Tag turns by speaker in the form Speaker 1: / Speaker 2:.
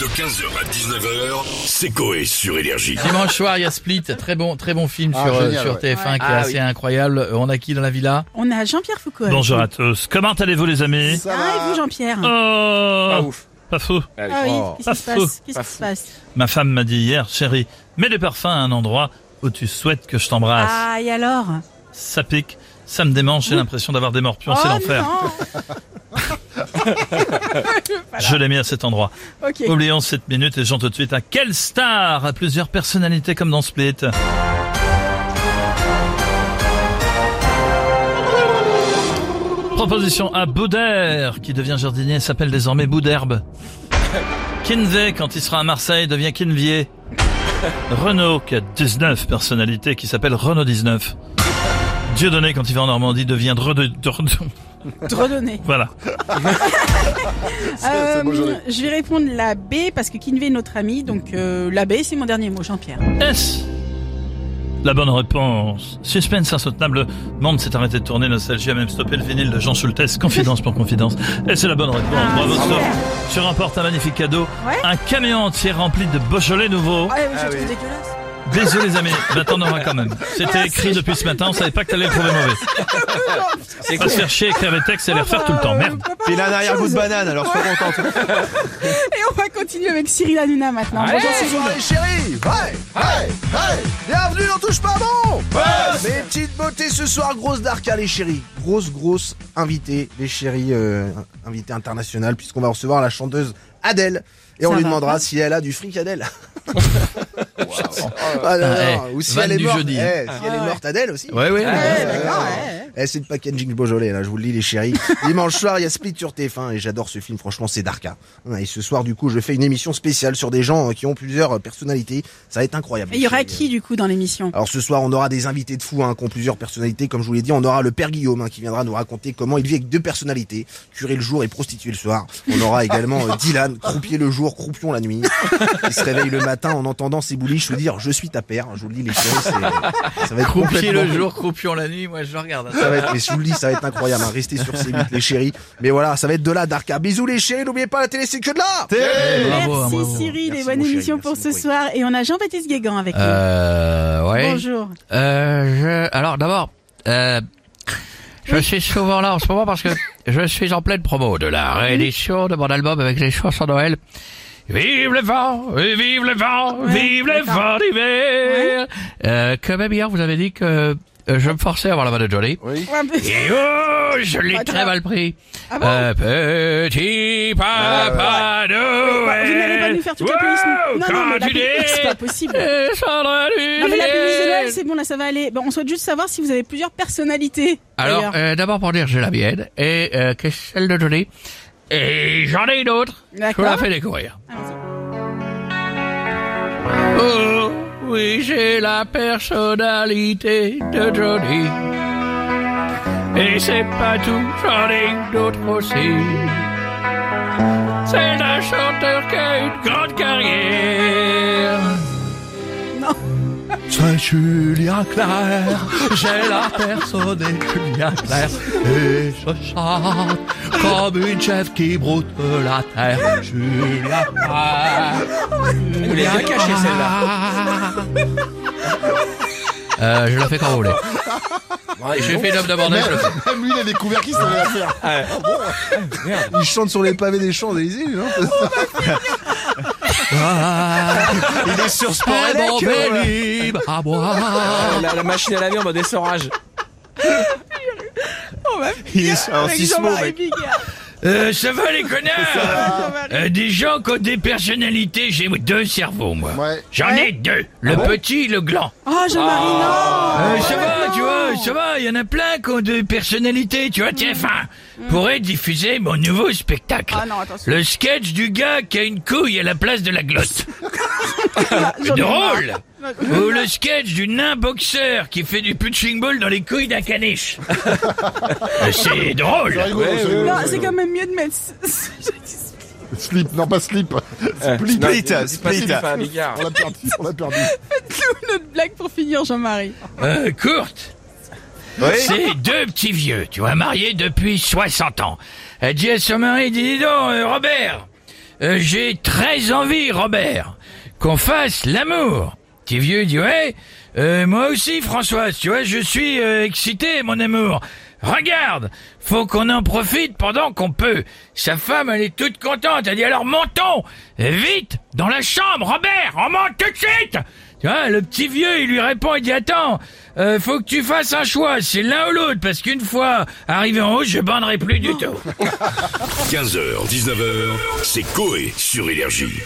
Speaker 1: De 15h à 19h, c'est Coé sur Énergie.
Speaker 2: Dimanche soir, il y a Split, très bon, très bon film
Speaker 3: Ah,
Speaker 2: sur, euh,
Speaker 3: génial,
Speaker 2: sur
Speaker 3: ouais.
Speaker 2: TF1 qui est
Speaker 4: Ah,
Speaker 2: assez incroyable. Euh, On a qui dans la villa
Speaker 5: On a Jean-Pierre Foucault. avec
Speaker 6: Bonjour
Speaker 5: nous.
Speaker 6: à tous. Comment allez-vous les amis
Speaker 3: Ça
Speaker 5: Ah, et vous,
Speaker 3: va
Speaker 5: Jean-Pierre
Speaker 6: Oh,
Speaker 3: Pas ouf.
Speaker 6: pas fou.
Speaker 5: Ah
Speaker 3: Oh.
Speaker 5: oui, qu'est-ce qui se
Speaker 6: Pas fou,
Speaker 5: passe Qu'est-ce
Speaker 3: pas
Speaker 5: qui se passe
Speaker 6: Ma femme m'a dit hier, chérie, mets les parfums à un endroit où tu souhaites que je t'embrasse.
Speaker 5: Ah, et alors
Speaker 6: Ça pique, ça me démange, j'ai l'impression d'avoir des morpions, c'est l'enfer.
Speaker 5: Oh, non
Speaker 6: Je l'ai mis à cet endroit.
Speaker 5: Ok.
Speaker 6: Oublions cette minute et j'en tout de suite à quelle star à plusieurs personnalités comme dans Split. Proposition à Boudère, qui devient jardinier, s'appelle désormais Bouderbe. Kinvey, quand il sera à Marseille, devient Kinvier. Renaud, qui a 19 personnalités, qui s'appelle Renaud 19. Dieudonné, quand il va en Normandie, devient Dredon.
Speaker 5: Te redonner.
Speaker 6: Voilà.
Speaker 3: c'est
Speaker 5: Euh,
Speaker 3: beau, Jean-Luc.
Speaker 5: je vais répondre la B parce que Kinvey est notre ami, donc euh, la B c'est mon dernier mot, Jean-Pierre.
Speaker 6: S. La bonne réponse. Suspense insoutenable. Le monde s'est arrêté de tourner. Nostalgie a même stoppé le vinyle de Jean Schultes. Confidence pour confidence. Et c'est la bonne réponse.
Speaker 5: Ah,
Speaker 6: Bravo,
Speaker 5: super.
Speaker 6: Stop. Tu remportes un magnifique cadeau.
Speaker 5: Ouais.
Speaker 6: Un camion entier rempli de Beaujolais nouveau.
Speaker 5: Ah, je
Speaker 3: Ah
Speaker 5: trouve
Speaker 3: oui.
Speaker 5: dégueulasse.
Speaker 6: Désolé, les amis. Mais t'en auras quand même. C'était écrit depuis ce matin. On savait pas que t'allais le trouver mauvais.
Speaker 4: C'est
Speaker 6: Pas se faire chier, écrire des textes et les refaire tout le temps. Merde.
Speaker 3: Il a un arrière-goût de banane, alors sois contente.
Speaker 5: Et on va continuer avec Cyril Hanouna maintenant.
Speaker 4: Ouais.
Speaker 5: Bonjour Cyril.
Speaker 3: Bonsoir les chéris Hey Hey Hey Bienvenue dans Touche pas bon Mes petites beautés ce soir, grosse d'Arca les chéris Grosse, grosse invitée, les chéris, euh, invitée internationale, puisqu'on va recevoir la chanteuse Adèle. Et
Speaker 5: Ça
Speaker 3: on lui
Speaker 5: va
Speaker 3: demandera
Speaker 5: pas
Speaker 3: si elle a du fric Adèle. Ah, non,
Speaker 2: Putain,
Speaker 3: non,
Speaker 2: eh,
Speaker 3: Ou si
Speaker 2: vanne
Speaker 3: elle est
Speaker 2: du
Speaker 3: morte.
Speaker 2: jeudi.
Speaker 3: eh, si elle
Speaker 5: Ah
Speaker 3: est
Speaker 5: ouais.
Speaker 3: morte Adèle aussi.
Speaker 2: Ouais,
Speaker 5: Ouais,
Speaker 2: ouais.
Speaker 5: d'accord, ouais.
Speaker 3: Eh, c'est le packaging Beaujolais, là, je vous le dis, les chéris. Dimanche soir, il y a Split sur TF1 et j'adore ce film, franchement, c'est Darka. Et ce soir, du coup, je fais une émission spéciale sur des gens euh, qui ont plusieurs euh, personnalités. Ça va être incroyable.
Speaker 5: Et il y aura
Speaker 3: les
Speaker 5: qui
Speaker 3: chéris.
Speaker 5: du coup dans l'émission
Speaker 3: alors ce soir, on aura des invités de fous hein, qui ont plusieurs personnalités. Comme je vous l'ai dit, on aura le père Guillaume hein, qui viendra nous raconter comment il vit avec deux personnalités, curé le jour et prostitué le soir. On aura également euh, Dylan, croupier le jour, croupion la nuit, qui se réveille le matin en entendant ses bouliches lui dire « je suis ta père ». Je vous le dis, les chéris, c'est- ça va être
Speaker 2: Croupier
Speaker 3: complètement
Speaker 2: le jour, croupion la nuit, moi je le regarde.
Speaker 3: ça va être, mais je vous le dis, ça va être incroyable. hein. Restez sur ces mythes, les chéris. Mais voilà, ça va être de là, Darka. Bisous, les chéris. N'oubliez pas, la télé, c'est que de là.
Speaker 5: Merci
Speaker 2: Bravo, hein, bravo.
Speaker 5: Cyril
Speaker 3: Merci,
Speaker 5: et bonne
Speaker 3: mon chéri,
Speaker 5: émission
Speaker 3: merci
Speaker 5: pour ce
Speaker 3: beaucoup.
Speaker 5: soir. Et on a Jean-Baptiste Guégan avec nous.
Speaker 2: Euh, ouais.
Speaker 5: Bonjour.
Speaker 2: Euh, je, alors d'abord, euh, je
Speaker 5: Oui.
Speaker 2: suis souvent là en ce moment parce que je suis en pleine promo de la réédition de mon album avec les chansons Noël. Vive le vent, et vive le vent,
Speaker 5: Ouais,
Speaker 2: vive le
Speaker 5: d'accord.
Speaker 2: vent d'hiver. Euh, que même hier vous avez dit que euh, je me forçais à avoir la voix de Johnny. Et oh, je l'ai
Speaker 5: Pas
Speaker 2: très
Speaker 5: grave.
Speaker 2: mal pris.
Speaker 5: Ah bon Ah
Speaker 2: Euh, petit papa Noël.
Speaker 5: bah, Vous n'allez pas nous faire toute la police.
Speaker 2: Wow,
Speaker 5: nous. Non, non, mais la
Speaker 2: quand tu
Speaker 5: police, c'est pas
Speaker 2: dis-
Speaker 5: possible.
Speaker 2: Descendre la
Speaker 5: Non, mais la police de
Speaker 2: lune.
Speaker 5: Noël, c'est bon, là, ça va aller. Bon, on souhaite juste savoir si vous avez plusieurs personnalités.
Speaker 2: Alors,
Speaker 5: d'ailleurs.
Speaker 2: euh, d'abord pour dire j'ai la mienne et euh, que celle de Johnny. Et j'en ai une autre. Je vous
Speaker 5: D'accord.
Speaker 2: la fais découvrir.
Speaker 5: Allons-y.
Speaker 2: Oh, oui, j'ai la personnalité de Johnny. Et c'est pas tout, j'en ai une autre aussi. C'est un chanteur qui a une grande carrière.
Speaker 5: Non.
Speaker 2: C'est Julien Clerc, j'ai la personne de Julien Clerc et je chante comme une chef qui broute la terre. Julien Clerc.
Speaker 4: Vous l'avez bien caché celle-là.
Speaker 2: Euh, je le fais quand vous voulez. J'ai fait l'homme de bordel, je le fais.
Speaker 3: Même lui, il a découvert qui savait la faire. Ah Il chante sur les pavés des hein. champs élysées non Il est sur Sport
Speaker 2: Eh,
Speaker 3: Élec,
Speaker 2: mon
Speaker 3: euh,
Speaker 5: ben,
Speaker 3: voilà.
Speaker 2: Vélib, à moi.
Speaker 4: La, la machine à laver en mode essorage.
Speaker 3: Il est sur un
Speaker 5: Avec
Speaker 3: sismo,
Speaker 5: Jean-Marie
Speaker 3: mec.
Speaker 5: Bigard.
Speaker 2: Euh, ça va les connards Euh, Des gens qui ont des personnalités, j'ai deux cerveaux, moi.
Speaker 3: Ouais.
Speaker 2: J'en
Speaker 5: Ouais. Ah
Speaker 2: ai deux, le petit et le gland.
Speaker 5: Oh, Jean-Marie,
Speaker 2: Euh, ça va,
Speaker 5: Ah non. Mm.
Speaker 2: tu vois, ça va, il y en a plein qui ont des personnalités, tu vois, tiens, fin, pourrait diffuser mon nouveau spectacle.
Speaker 5: Ah non, attention.
Speaker 2: Le sketch du gars qui a une couille à la place de la glotte.
Speaker 5: J'en ai
Speaker 2: Drôle
Speaker 5: marre.
Speaker 2: Ou le sketch du nain boxeur qui fait du punching ball dans les couilles d'un caniche. Euh, C'est drôle.
Speaker 5: Non, c'est quand même mieux de mettre.
Speaker 7: Slip, non pas slip.
Speaker 4: Split,
Speaker 3: Split, split.
Speaker 7: On l'a perdu, on l'a perdu.
Speaker 5: Notre blague pour finir, Jean-Marie.
Speaker 2: Euh, courte. C'est deux petits vieux, tu vois, mariés depuis 60 ans. Elle dit à son mari, dis donc, euh, Robert, Euh, J'ai très envie, Robert, qu'on fasse l'amour. Petit vieux dit ouais. Euh, moi aussi, Françoise, tu vois, je suis euh, excité, mon amour. Regarde, faut qu'on en profite pendant qu'on peut. Sa femme, elle est toute contente. Elle dit alors montons, Et vite, dans la chambre, Robert, on monte tout de suite. Tu vois, le petit vieux, il lui répond, il dit attends, euh, faut que tu fasses un choix, c'est l'un ou l'autre, parce qu'une fois arrivé en haut, je banderai plus du tout.
Speaker 1: 15h, 19h, c'est Coé sur Énergie.